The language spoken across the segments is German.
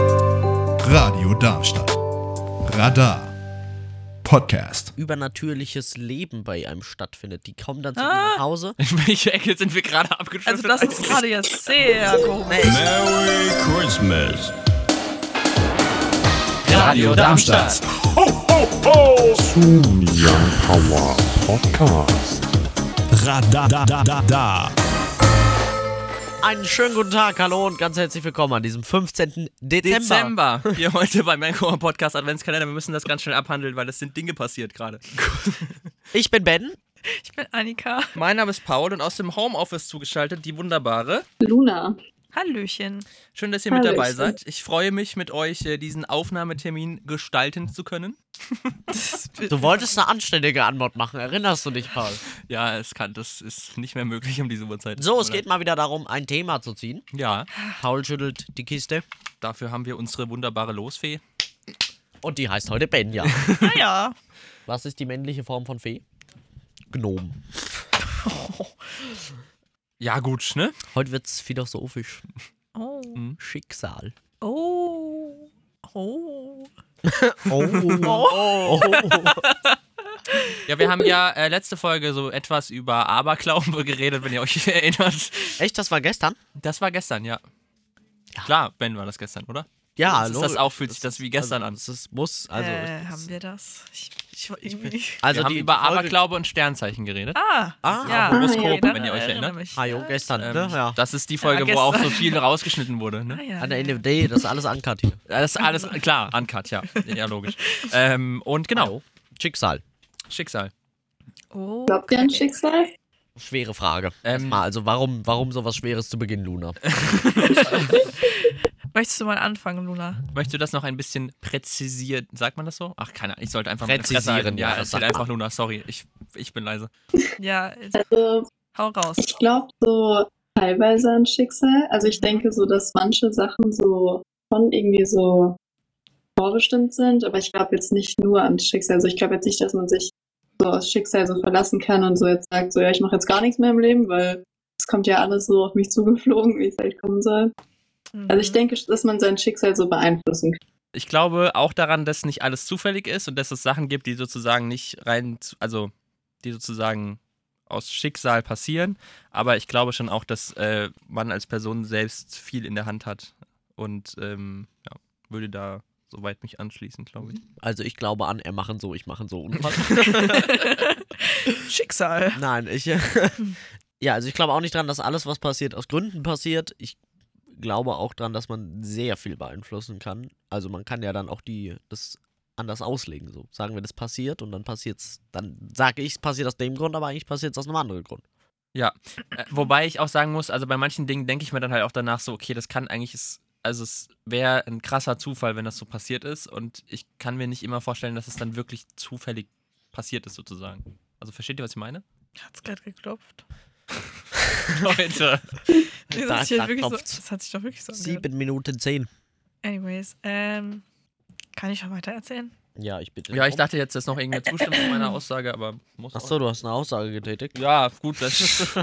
Radio Darmstadt. Radar. Podcast. übernatürliches Leben bei einem stattfindet. Die kommen dann zu mir nach Hause. In welche Ecke sind wir gerade Ah. Also abgeschlossen? das ist gerade jetzt sehr komisch. Merry Christmas. Radio Darmstadt. Einen schönen guten Tag, hallo und ganz herzlich willkommen an diesem 15. Dezember. Dezember. Hier heute beim Mango Podcast Adventskalender. Wir müssen das ganz schnell abhandeln, weil es sind Dinge passiert gerade. Ich bin Ben. Ich bin Annika. Mein Name ist Paul und aus dem Homeoffice zugeschaltet die wunderbare. Luna. Hallöchen. Schön, dass ihr mit dabei Hallöchen. seid. Ich freue mich, mit euch äh, diesen Aufnahmetermin gestalten zu können. Du wolltest eine anständige Antwort machen, erinnerst du dich, Paul? Ja, es kann. Das ist nicht mehr möglich um diese Uhrzeit. So, es Oder- geht mal wieder darum, ein Thema zu ziehen. Ja, Paul schüttelt die Kiste dafür haben wir unsere wunderbare Losfee. und die heißt heute Benja. Naja. Was ist die männliche Form von Fee? Gnom. Ja, gut, ne? Heute wird's philosophisch. Oh. Schicksal. Oh. Oh. Oh. oh. Ja, wir haben ja äh, letzte Folge so etwas über Aberglaube geredet, wenn ihr euch erinnert. Echt, das war gestern? Das war gestern, ja. Klar, Ben war das gestern, oder? Ja, Ist das auch, fühlt sich das wie gestern an? Also, es muss, also. äh, haben wir das? Ich, ich, irgendwie. also wir haben die über Folge- Aberglaube und Sternzeichen geredet. Ah. Ah, ja. Horoskop, Okay, dann wenn ihr euch erinnere erinnert. mich. Ah, jo, gestern, Ähm, ne? Ja. Das ist die Folge, wo gestern. auch so viel rausgeschnitten wurde. Ah, Ne? ja. An der NFD, das ist alles uncut hier. Das ist alles klar, uncut, ja. Ja, logisch. Ähm, und genau, Hallo. Schicksal. Schicksal. Oh. Glaubt ihr an Schicksal? Schwere Frage. Ähm, Erstmal, also warum, warum sowas Schweres zu Beginn, Luna? Möchtest du mal anfangen, Luna? Möchtest du das noch ein bisschen präzisieren? Sagt man das so? Ach, keine Ahnung. Ich sollte einfach meine Fresse Präzisieren, halten. ja, ja. das Erzähl sagt einfach nur nach. Sorry, ich, ich bin leise. Ja, jetzt Also, hau raus. ich glaube so teilweise an Schicksal. Also, ich denke so, dass manche Sachen so schon irgendwie so vorbestimmt sind, aber ich glaube jetzt nicht nur an Schicksal. Also, ich glaube jetzt nicht, dass man sich so aus Schicksal so verlassen kann und so jetzt sagt, so, ja, ich mache jetzt gar nichts mehr im Leben, weil es kommt ja alles so auf mich zugeflogen, wie es halt kommen soll. Also, Mhm. ich denke, dass man sein Schicksal so beeinflussen kann. ich glaube auch daran, dass nicht alles zufällig ist und dass es Sachen gibt, die sozusagen nicht rein, zu- also die sozusagen aus Schicksal passieren. Aber ich glaube schon auch, dass äh, man als Person selbst viel in der Hand hat und ähm, ja, würde da soweit mich anschließen, glaube ich. Also ich glaube an, er machen so, ich machen so Unfall. Schicksal. Nein, ich. ja, also ich glaube auch nicht dran, dass alles, was passiert, aus Gründen passiert. Ich glaube auch dran, dass man sehr viel beeinflussen kann. Also man kann ja dann auch die das anders auslegen. So sagen wir, das passiert und dann passiert's. Dann sage ich, es passiert aus dem Grund, aber eigentlich passiert es aus einem anderen Grund. Äh, wobei ich auch sagen muss, also bei manchen Dingen denke ich mir dann halt auch danach so, okay, das kann eigentlich, es- also es wäre ein krasser Zufall, wenn das so passiert ist und ich kann mir nicht immer vorstellen, dass es dann wirklich zufällig passiert ist sozusagen. Also versteht ihr, was ich meine? Hat's gerade geklopft. Leute. Da- Nee, das, hat sich da halt wirklich so, klopft's. das hat sich doch wirklich so angehört. Sieben Minuten zehn. Anyways, ähm, kann ich schon weiter erzählen? Ja, ich bitte. Ja, ich dachte jetzt, dass noch irgendwer zustimmt zu meiner Aussage, aber muss auch. Achso, du hast eine Aussage getätigt. Ja, gut, das ist.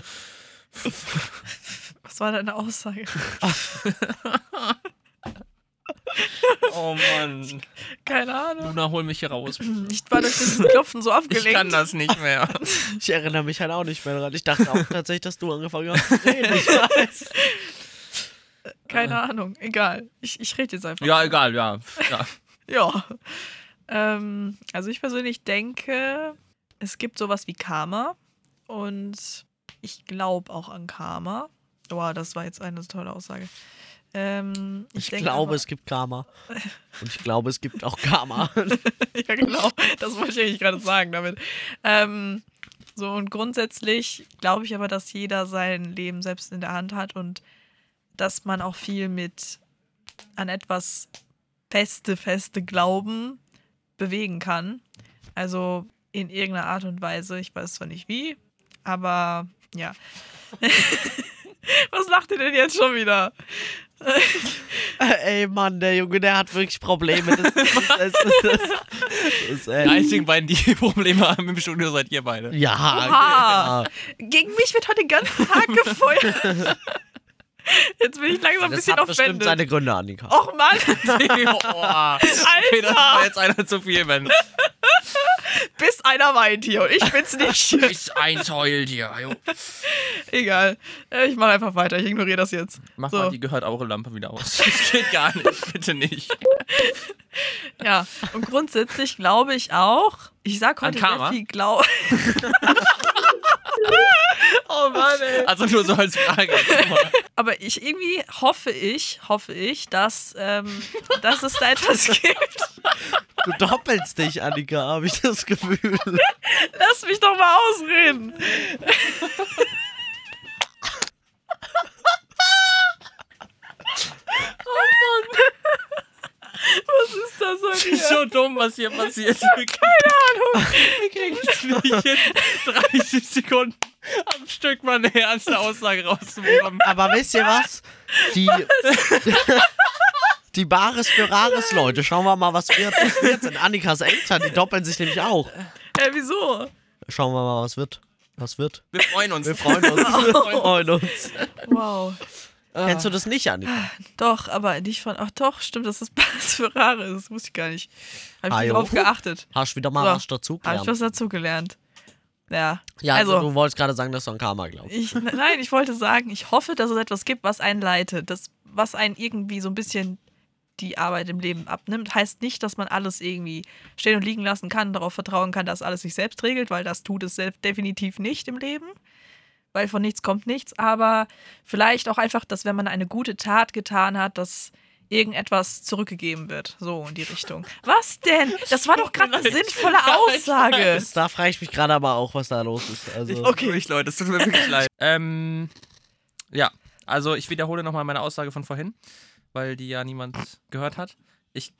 Was war deine Aussage? Oh Mann. Keine Ahnung. Luna, hol mich hier raus. Ich war durch dieses Klopfen so abgelenkt. Ich kann das nicht mehr. Ich erinnere mich halt auch nicht mehr dran. Ich dachte auch tatsächlich, dass du angefangen hast zu reden. Ich weiß. Keine Ahnung. Egal. Ich, ich rede jetzt einfach. Äh. Ja, egal, ja. ja. Ja. Ähm, also ich persönlich denke, es gibt sowas wie Karma und ich glaube auch an Karma. Boah, das war jetzt eine tolle Aussage. Ähm, Ich, ich denke glaube, aber- es gibt Karma. Und ich glaube, es gibt auch Karma. ja, genau. Das wollte ich eigentlich gerade sagen damit. Ähm, so, und grundsätzlich glaube ich aber, dass jeder sein Leben selbst in der Hand hat und dass man auch viel mit an etwas feste, feste Glauben bewegen kann. Also in irgendeiner Art und Weise. Ich weiß zwar nicht wie, aber ja. Was lacht ihr denn jetzt schon wieder? Ey, Mann, der Junge, der hat wirklich Probleme. Das, das, das, das, das, Die äh, einzigen beiden, die Probleme haben im Studio, seid ihr beide. ja, genau. ja. Oha. Gegen mich wird heute den ganzen Tag gefeuert. Jetzt bin ich langsam ein das bisschen hat bestimmt offended. seine Gründe, Annika. Och Mann, okay, Oh. das war jetzt einer zu viel, wenn. bis einer weint hier und ich bin's nicht. Bis eins heult hier. Jo. Egal. Äh, Ich mache einfach weiter, ich ignoriere das jetzt. Mach So. mal die gehört eure Lampe wieder aus. Das geht gar nicht, bitte nicht. Ja, und grundsätzlich glaube ich auch, ich sag An heute Karma? sehr viel Glaube. oh Mann, ey. Also nur so als Frage. Aber ich irgendwie hoffe ich, hoffe ich, dass, ähm, dass es da etwas gibt. Du doppelst dich, Annika, habe ich das Gefühl. Lass mich doch mal ausreden. oh Mann. Was ist das Das heute? ist hier? so dumm, was hier passiert. Keine Ahnung. Wir kriegen es nicht in 30 Sekunden am Stück mal eine ernste Aussage rauszubekommen. Aber wisst ihr was? Die. Die Bares für Rares, Leute. Schauen wir mal, was wird. Was wird denn Annikas Eltern? Die doppeln sich nämlich auch. Hä, Äh, wieso? Schauen wir mal, was wird. Was wird? Wir freuen uns. Wir freuen uns. Wir freuen uns. Wow. Kennst du das nicht, Ah. Annika? Doch, aber nicht von. Ach doch, stimmt, das ist Baris Ferrari. Das wusste ich gar nicht. Hab ich Ah, nicht jo. drauf geachtet. Hast wieder mal So. was dazu Hab ich was gelernt? dazugelernt. Ja. Ja, also, also, du wolltest gerade sagen, dass du an Karma glaubst. ich, nein, ich wollte sagen, ich hoffe, dass es etwas gibt, was einen leitet, das, was einen irgendwie so ein bisschen die Arbeit im Leben abnimmt. Heißt nicht, dass man alles irgendwie stehen und liegen lassen kann, darauf vertrauen kann, dass alles sich selbst regelt, weil das tut es selbst definitiv nicht im Leben. Weil von nichts kommt nichts, aber vielleicht auch einfach, dass wenn man eine gute Tat getan hat, dass irgendetwas zurückgegeben wird. So in die Richtung. Was denn? Das war doch gerade eine sinnvolle Aussage. Da frage ich mich gerade aber auch, was da los ist. Also, Okay. Durch, Leute, es tut mir wirklich leid. Ähm, ja, also ich wiederhole nochmal meine Aussage von vorhin, weil die ja niemand gehört hat. Ich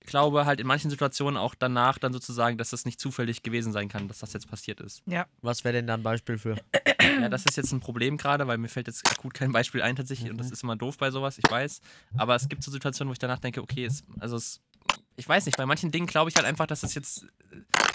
glaube halt in manchen Situationen auch danach dann sozusagen, dass das nicht zufällig gewesen sein kann, dass das jetzt passiert ist. Ja. Was wäre denn da ein Beispiel für? Ja, das ist jetzt ein Problem gerade, weil mir fällt jetzt akut kein Beispiel ein tatsächlich und das ist immer doof bei sowas, ich weiß. Aber es gibt so Situationen, wo ich danach denke, okay, es, also es, ich weiß nicht, bei manchen Dingen glaube ich halt einfach, dass es jetzt,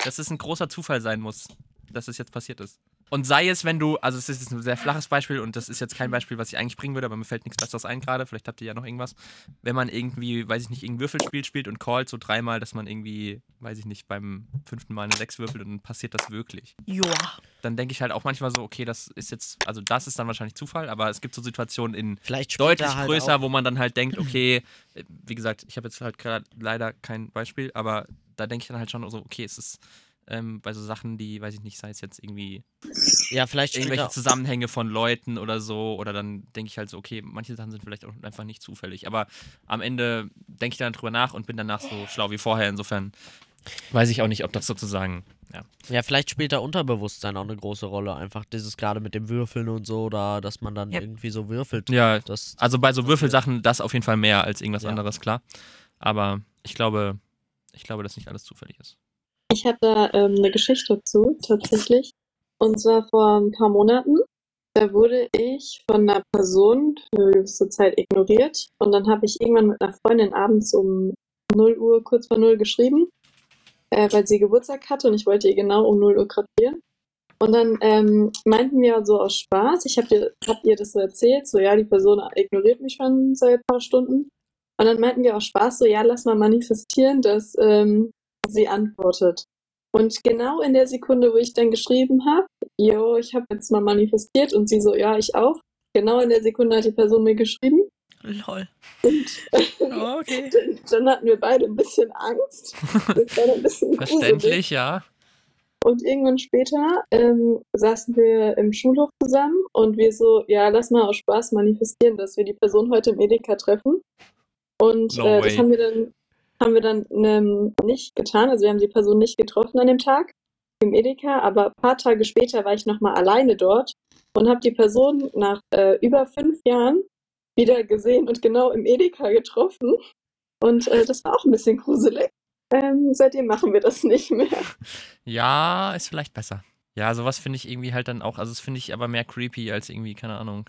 dass es ein großer Zufall sein muss, dass es jetzt passiert ist. Und sei es, wenn du, also es ist jetzt ein sehr flaches Beispiel und das ist jetzt kein Beispiel, was ich eigentlich bringen würde, aber mir fällt nichts Besseres ein gerade, vielleicht habt ihr ja noch irgendwas. Wenn man irgendwie, weiß ich nicht, irgendein Würfelspiel spielt und callt so dreimal, dass man irgendwie, weiß ich nicht, beim fünften Mal eine Sechs würfelt und dann passiert das wirklich Joa. dann denke ich halt auch manchmal so, okay, das ist jetzt, also das ist dann wahrscheinlich Zufall, aber es gibt so Situationen in Vielleicht spielt deutlich da halt größer, auch- wo man dann halt denkt, okay, äh, wie gesagt, ich habe jetzt halt gerade leider kein Beispiel, aber da denke ich dann halt schon so, okay, es ist ähm, bei so Sachen, die, weiß ich nicht, sei es jetzt irgendwie Ja, vielleicht spielt irgendwelche da, Zusammenhänge von Leuten oder so, oder dann denke ich halt so, okay, manche Sachen sind vielleicht auch einfach nicht zufällig, aber am Ende denke ich dann drüber nach und bin danach so schlau wie vorher, insofern weiß ich auch nicht, ob das sozusagen, ja. ja, vielleicht spielt da Unterbewusstsein auch eine große Rolle. Einfach dieses gerade mit dem Würfeln und so, da, dass man dann Ja. irgendwie so würfelt. Ja, Das, Also bei so Würfelsachen das auf jeden Fall mehr als irgendwas Ja. anderes, klar. Aber ich glaube, ich glaube, dass nicht alles zufällig ist. Ich habe da ähm, eine Geschichte zu, tatsächlich. Und zwar vor ein paar Monaten. Da wurde ich von einer Person für eine gewisse Zeit ignoriert. Und dann habe ich irgendwann mit einer Freundin abends um 0 Uhr, kurz vor 0 geschrieben, äh, weil sie Geburtstag hatte und ich wollte ihr genau um 0 Uhr gratulieren. Und dann ähm, meinten wir so aus Spaß, ich habe dir, hab ihr das so erzählt, so ja, die Person ignoriert mich schon seit ein paar Stunden. Und dann meinten wir aus Spaß, so ja, lass mal manifestieren, dass ähm, sie antwortet. Und genau in der Sekunde, wo ich dann geschrieben habe, jo, ich habe jetzt mal manifestiert und sie so, ja, ich auch. Genau in der Sekunde hat die Person mir geschrieben. Lol. Oh. Okay. dann, dann hatten wir beide ein bisschen Angst. Das war dann ein bisschen gruselig. Verständlich, ja. Und irgendwann später ähm, saßen wir im Schulhof zusammen und wir so, ja, lass mal aus Spaß manifestieren, dass wir die Person heute im Edeka treffen. Und No äh, way. das haben wir dann, haben wir dann ähm, nicht getan. Also wir haben die Person nicht getroffen an dem Tag im Edeka, aber ein paar Tage später war ich nochmal alleine dort und habe die Person nach äh, über fünf Jahren wieder gesehen und genau im Edeka getroffen. Und äh, das war auch ein bisschen gruselig. Ähm, seitdem machen wir das nicht mehr. Ja, ist vielleicht besser. Ja, sowas finde ich irgendwie halt dann auch, also das finde ich aber mehr creepy als irgendwie, keine Ahnung.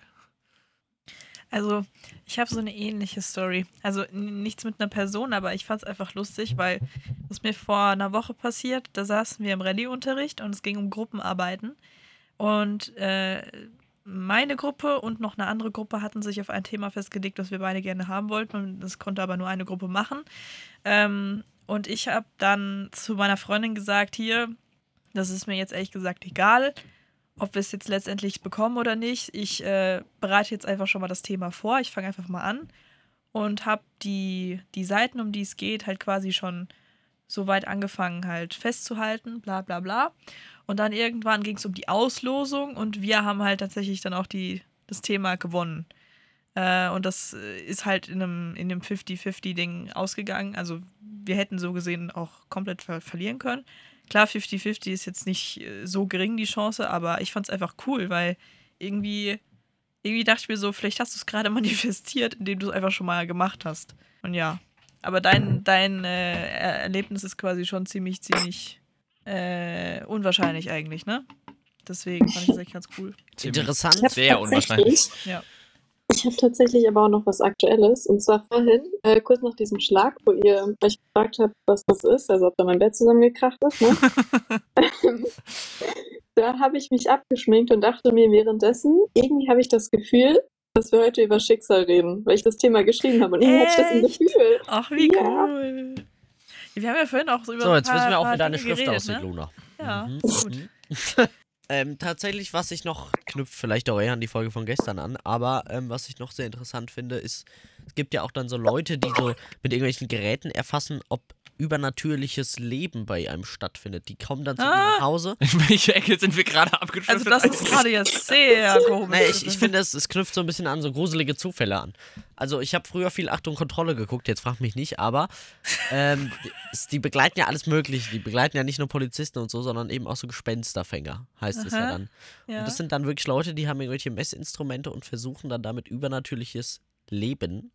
Also, ich habe so eine ähnliche Story. Also, n- nichts mit einer Person, aber ich fand es einfach lustig, weil das mir vor einer Woche passiert. Da saßen wir im Rallye-Unterricht und es ging um Gruppenarbeiten. Und äh, Meine Gruppe und noch eine andere Gruppe hatten sich auf ein Thema festgelegt, was wir beide gerne haben wollten. Und das konnte aber nur eine Gruppe machen. Ähm, und ich habe dann zu meiner Freundin gesagt, hier, das ist mir jetzt ehrlich gesagt egal, ob wir es jetzt letztendlich bekommen oder nicht. Ich äh, bereite jetzt einfach schon mal das Thema vor. Ich fange einfach mal an und habe die, die Seiten, um die es geht, halt quasi schon so weit angefangen, halt festzuhalten, bla bla bla. Und dann irgendwann ging es um die Auslosung und wir haben halt tatsächlich dann auch die, das Thema gewonnen. Äh, und das äh, ist halt in einem, in einem 50-50-Ding ausgegangen. Also wir hätten so gesehen auch komplett ver verlieren können. Klar, 50-50 ist jetzt nicht äh, so gering die Chance, aber ich fand es einfach cool, weil irgendwie, irgendwie dachte ich mir so, vielleicht hast du es gerade manifestiert, indem du es einfach schon mal gemacht hast. Und ja. Aber dein, dein äh, Er- Erlebnis ist quasi schon ziemlich, ziemlich äh, unwahrscheinlich eigentlich, ne? Deswegen fand ich das echt ganz cool. Ziemlich. Interessant. Ich hab Sehr unwahrscheinlich. Ja. Ich habe tatsächlich aber auch noch was Aktuelles. Und zwar vorhin, äh, kurz nach diesem Schlag, wo ihr euch gefragt habt, was das ist, also ob da mein Bett zusammengekracht ist, ne? da habe ich mich abgeschminkt und dachte mir währenddessen, irgendwie habe ich das Gefühl, dass wir heute über Schicksal reden, weil ich das Thema geschrieben habe. Und irgendwie hatte ich das Echt? im Gefühl. Ach, wie Ja. cool. Wir haben ja vorhin auch so über So, ein jetzt paar- wissen wir auch, paar wie deine Dinge Schrift geredet, aussieht, ne? Luna. Ja, Mhm. gut. Mhm. ähm, tatsächlich, was ich noch, knüpft vielleicht auch eher an die Folge von gestern an, aber ähm, was ich noch sehr interessant finde, ist, es gibt ja auch dann so Leute, die so mit irgendwelchen Geräten erfassen, ob übernatürliches Leben bei einem stattfindet. Die kommen dann zu mir nach Hause. In welche Ecke sind wir gerade abgeschlossen? Also das ist gerade jetzt sehr komisch. Naja, ich, ich finde, es, es knüpft so ein bisschen an so gruselige Zufälle an. Also ich habe früher viel Achtung Kontrolle geguckt, jetzt frag mich nicht, aber ähm, es- die begleiten ja alles Mögliche. Die begleiten ja nicht nur Polizisten und so, sondern eben auch so Gespensterfänger, heißt es ja Aha. dann. ja. Und das sind dann wirklich Leute, die haben irgendwelche Messinstrumente und versuchen dann damit übernatürliches Leben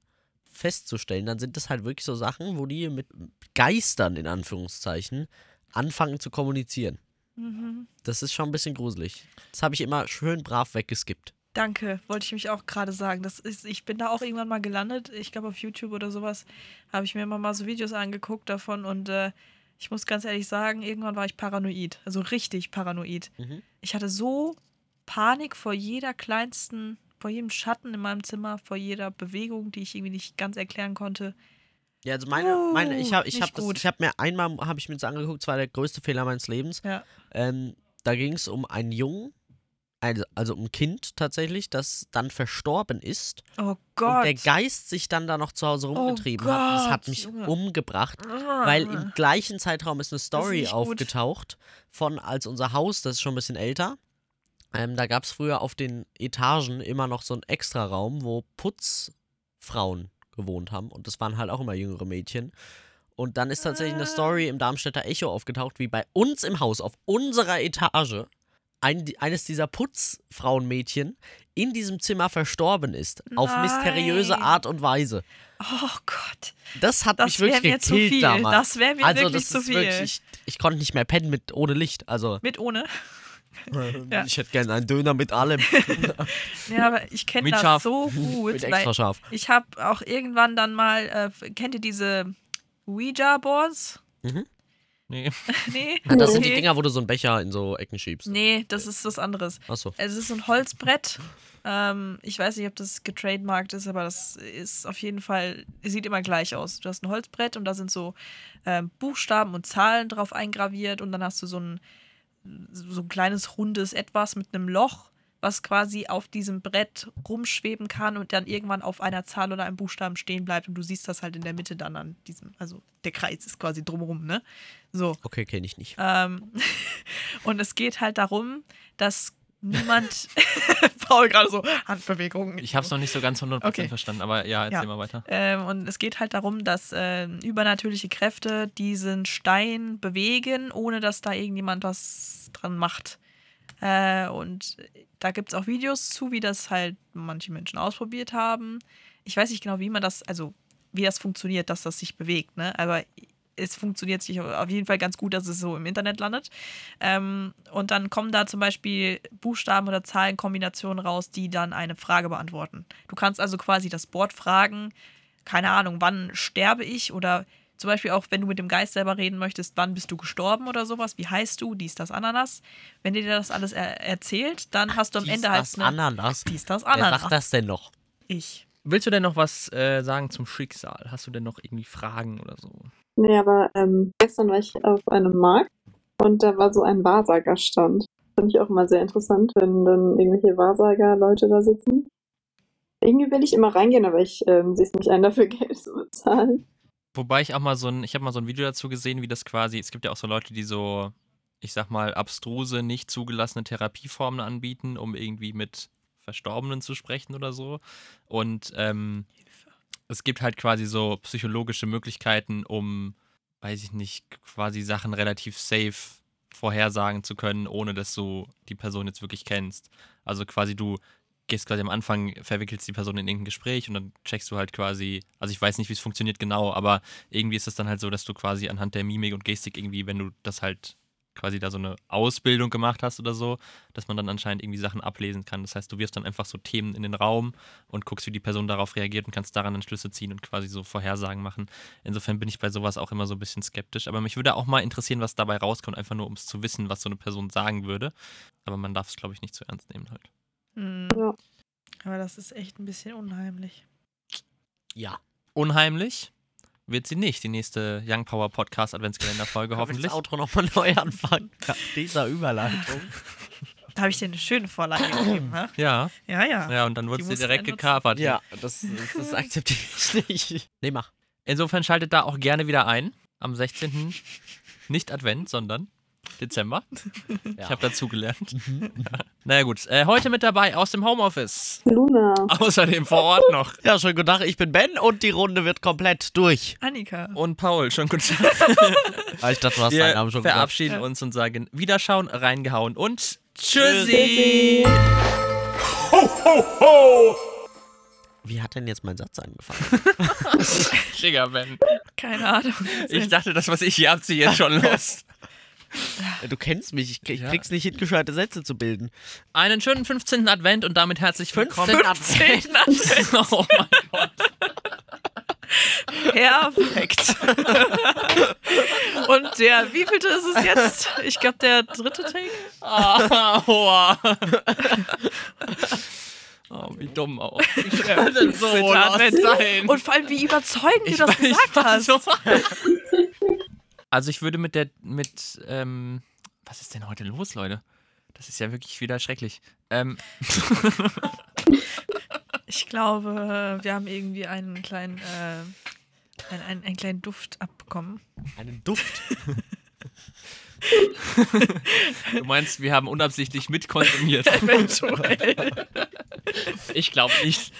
festzustellen. Dann sind das halt wirklich so Sachen, wo die mit Geistern in Anführungszeichen anfangen zu kommunizieren. mhm. Das ist schon ein bisschen gruselig. Das habe ich immer schön brav weggeskippt. Danke, wollte ich mich auch gerade sagen. Das ist, ich bin da auch irgendwann mal gelandet. Ich glaube, auf YouTube oder sowas habe ich mir immer mal so Videos angeguckt davon und äh, ich muss ganz ehrlich sagen, irgendwann war ich paranoid. Also richtig paranoid. Mhm. Ich hatte so Panik vor jeder kleinsten, vor jedem Schatten in meinem Zimmer, vor jeder Bewegung, die ich irgendwie nicht ganz erklären konnte. Ja, also meine, meine ich Uh, habe ich nicht hab das, gut. ich habe mir einmal habe ich mir das angeguckt, das war der größte Fehler meines Lebens. Ja. Ähm, da ging es um einen Jungen, also, also um ein Kind tatsächlich, das dann verstorben ist Oh und Gott. der Geist sich dann da noch zu Hause rumgetrieben Oh hat. Das Gott, hat mich Junge. umgebracht. Ah. Weil im gleichen Zeitraum ist eine Story nicht gut. aufgetaucht von als unser Haus, das ist schon ein bisschen älter. Ähm, da gab es früher auf den Etagen immer noch so einen Extraraum, wo Putzfrauen gewohnt haben. Und das waren halt auch immer jüngere Mädchen. Und dann ist tatsächlich Ah. eine Story im Darmstädter Echo aufgetaucht, wie bei uns im Haus, auf unserer Etage, ein, eines dieser Putzfrauenmädchen in diesem Zimmer verstorben ist. Auf Nein. mysteriöse Art und Weise. Oh Gott. Das hat mich Das wäre wirklich mir gekillt zu viel. damals. Das wäre mir also wirklich das zu ist viel. wirklich, ich, ich konnte nicht mehr pennen mit ohne Licht. Also Mit ohne. Ja. ich hätte gerne einen Döner mit allem, Ja, aber ich kenne Mit das Schaf. so gut. mit weil extra scharf. Ich habe auch irgendwann dann mal, äh, kennt ihr diese Ouija-Boards? Nee. Nee. Ja, das sind die Okay. Dinger, wo du so einen Becher in so Ecken schiebst. Nee, das ist was anderes. Achso. Es ist so ein Holzbrett. Ähm, ich weiß nicht, ob das getrademarkt ist, aber das ist auf jeden Fall, sieht immer gleich aus. Du hast ein Holzbrett und da sind so ähm, Buchstaben und Zahlen drauf eingraviert und dann hast du so ein, so ein kleines rundes Etwas mit einem Loch, was quasi auf diesem Brett rumschweben kann und dann irgendwann auf einer Zahl oder einem Buchstaben stehen bleibt und du siehst das halt in der Mitte dann an diesem, also der Kreis ist quasi drumherum, ne? So. Okay, kenne ich nicht. Ähm, und es geht halt darum, dass niemand. Paul gerade so Handbewegungen. Ich habe es noch nicht so ganz 100% Okay. verstanden, aber ja, erzähl Ja. mal weiter. Ähm, und es geht halt darum, dass ähm, übernatürliche Kräfte diesen Stein bewegen, ohne dass da irgendjemand was dran macht. Äh, und da gibt es auch Videos zu, wie das halt manche Menschen ausprobiert haben. Ich weiß nicht genau, wie man das, also wie das funktioniert, dass das sich bewegt, ne? Aber es funktioniert sich auf jeden Fall ganz gut, dass es so im Internet landet. Ähm, und dann kommen da zum Beispiel Buchstaben oder Zahlenkombinationen raus, die dann eine Frage beantworten. Du kannst also quasi das Board fragen, keine Ahnung, wann sterbe ich oder zum Beispiel auch, wenn du mit dem Geist selber reden möchtest, wann bist du gestorben oder sowas, wie heißt du, dies, das, Ananas. Wenn dir das alles er erzählt, dann hast du am Dies, Ende halt das eine- Ananas. Dies, das, Wer Ananas. sagt das denn noch? Ich. Willst du denn noch was äh, sagen zum Schicksal? Hast du denn noch irgendwie Fragen oder so? Nee, aber ähm, gestern war ich auf einem Markt und da war so ein Wahrsagerstand. Fand ich auch immer sehr interessant, wenn dann irgendwelche Wahrsager-Leute da sitzen. Irgendwie will ich immer reingehen, aber ich ähm, sehe es nicht ein, dafür Geld zu bezahlen. Wobei ich auch mal so ein, ich habe mal so ein Video dazu gesehen, wie das quasi, es gibt ja auch so Leute, die so, ich sag mal, abstruse, nicht zugelassene Therapieformen anbieten, um irgendwie mit Verstorbenen zu sprechen oder so. Und ähm, es gibt halt quasi so psychologische Möglichkeiten, um, weiß ich nicht, quasi Sachen relativ safe vorhersagen zu können, ohne dass du die Person jetzt wirklich kennst. Also quasi du gehst quasi am Anfang, verwickelst die Person in irgendein Gespräch und dann checkst du halt quasi, also ich weiß nicht, wie es funktioniert genau, aber irgendwie ist es dann halt so, dass du quasi anhand der Mimik und Gestik irgendwie, wenn du das halt quasi da so eine Ausbildung gemacht hast oder so, dass man dann anscheinend irgendwie Sachen ablesen kann. Das heißt, du wirfst dann einfach so Themen in den Raum und guckst, wie die Person darauf reagiert und kannst daran dann Schlüsse ziehen und quasi so Vorhersagen machen. Insofern bin ich bei sowas auch immer so ein bisschen skeptisch, aber mich würde auch mal interessieren, was dabei rauskommt, einfach nur um es zu wissen, was so eine Person sagen würde. Aber man darf es, glaube ich, nicht zu ernst nehmen halt. Hm. Ja. Aber das ist echt ein bisschen unheimlich. Ja. Unheimlich wird sie nicht, die nächste Young Power Podcast Adventskalender-Folge Können wir hoffentlich. Das Outro nochmal neu anfangen. Nach dieser Überleitung. Da habe ich dir eine schöne Vorlage gegeben, ne? Ja, Ja, ja. ja, und dann wurde Die sie musst du direkt benutzen. gekapert. Ja, das, das, das akzeptiere ich nicht. Nee, mach. Insofern schaltet da auch gerne wieder ein. Am 16. nicht Advent, sondern Dezember. Ich habe dazugelernt. Mhm, naja, gut. Äh, heute mit dabei aus dem Homeoffice. Luna. Außerdem vor Ort noch. Ja, schönen guten Tag, ich bin Ben und die Runde wird komplett durch. Annika. Und Paul, schon guten Tag. Ah, ich dachte, du hast deinen Namen Wir schon gesagt. verabschieden uns und sagen Wiederschauen, reingehauen und Tschüssi. Tschüssi. Wie hat denn jetzt mein Satz angefangen? Digga, Ben. Keine Ahnung. Ich dachte, das, was ich hier abziehe, jetzt schon los. Du kennst mich, ich, ich Ja. krieg's nicht hin, gescheite Sätze zu bilden. Einen schönen 15. Advent und damit herzlich willkommen. 15. Advent. oh mein Gott. Perfekt. Und der, wievielte ist es jetzt? Ich glaube, der dritte Take. Aua. Oh, wie dumm auch. Wie kann denn so Advent. was sein? Und vor allem, wie überzeugend du Ich das war- ich gesagt war hast. so- Also ich würde mit der, mit, ähm, was ist denn heute los, Leute? Das ist ja wirklich wieder schrecklich. Ähm, Ich glaube, wir haben irgendwie einen kleinen, äh, einen, einen, einen kleinen Duft abbekommen. Einen Duft. du meinst, wir haben unabsichtlich mitkonsumiert. Eventuell. Ich glaube nicht.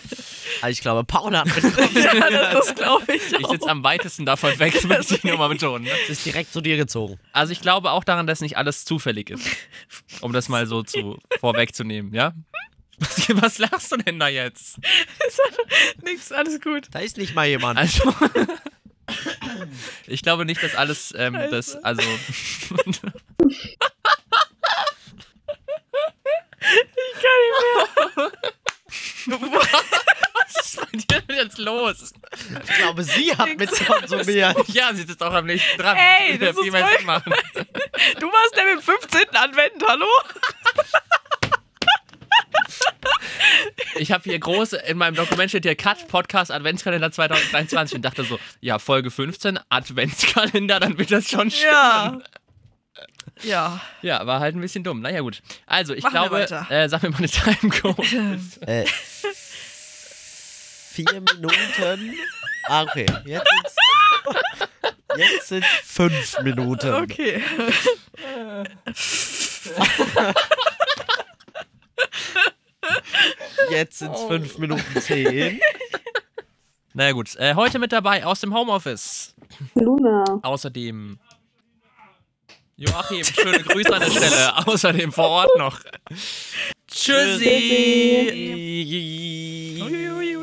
Also ich glaube, Paula hat mitbekommen. ja, das, das glaube ich Ich auch. sitze am weitesten davon weg, das möchte ich nur mal betonen. Ne? ist direkt zu dir gezogen. Also ich glaube auch daran, dass nicht alles zufällig ist. Um das mal so zu, vorwegzunehmen, ja? Was, was lachst du denn da jetzt? Nix, alles gut. Da ist nicht mal jemand. Also. Ich glaube nicht, dass alles, ähm, das, also. Was ist bei dir denn jetzt los? Ich glaube, sie hat mitkonsumiert. Ja, sie sitzt auch am nächsten dran. Ey, Wir das ist vielmals voll- machen. Du warst der mit dem 15. Advent, hallo? Ich habe hier groß, in meinem Dokument steht hier Cut Podcast Adventskalender 2023 und dachte so, ja, Folge 15, Adventskalender, dann wird das schon schön. Ja. Ja. Ja, war halt ein bisschen dumm. Naja, gut. Also, ich Machen wir glaube, weiter. äh, sag mir mal eine Timecode. Äh, vier Minuten. Ah, okay. Jetzt sind's, jetzt sind's fünf Minuten. Okay. Jetzt sind's fünf Minuten zehn. naja, gut. Äh, heute mit dabei aus dem Homeoffice. Luna. Außerdem. Joachim, schöne Grüße an der Stelle. Außerdem vor Ort noch. Tschüssi. Tschüssi. Ui, ui,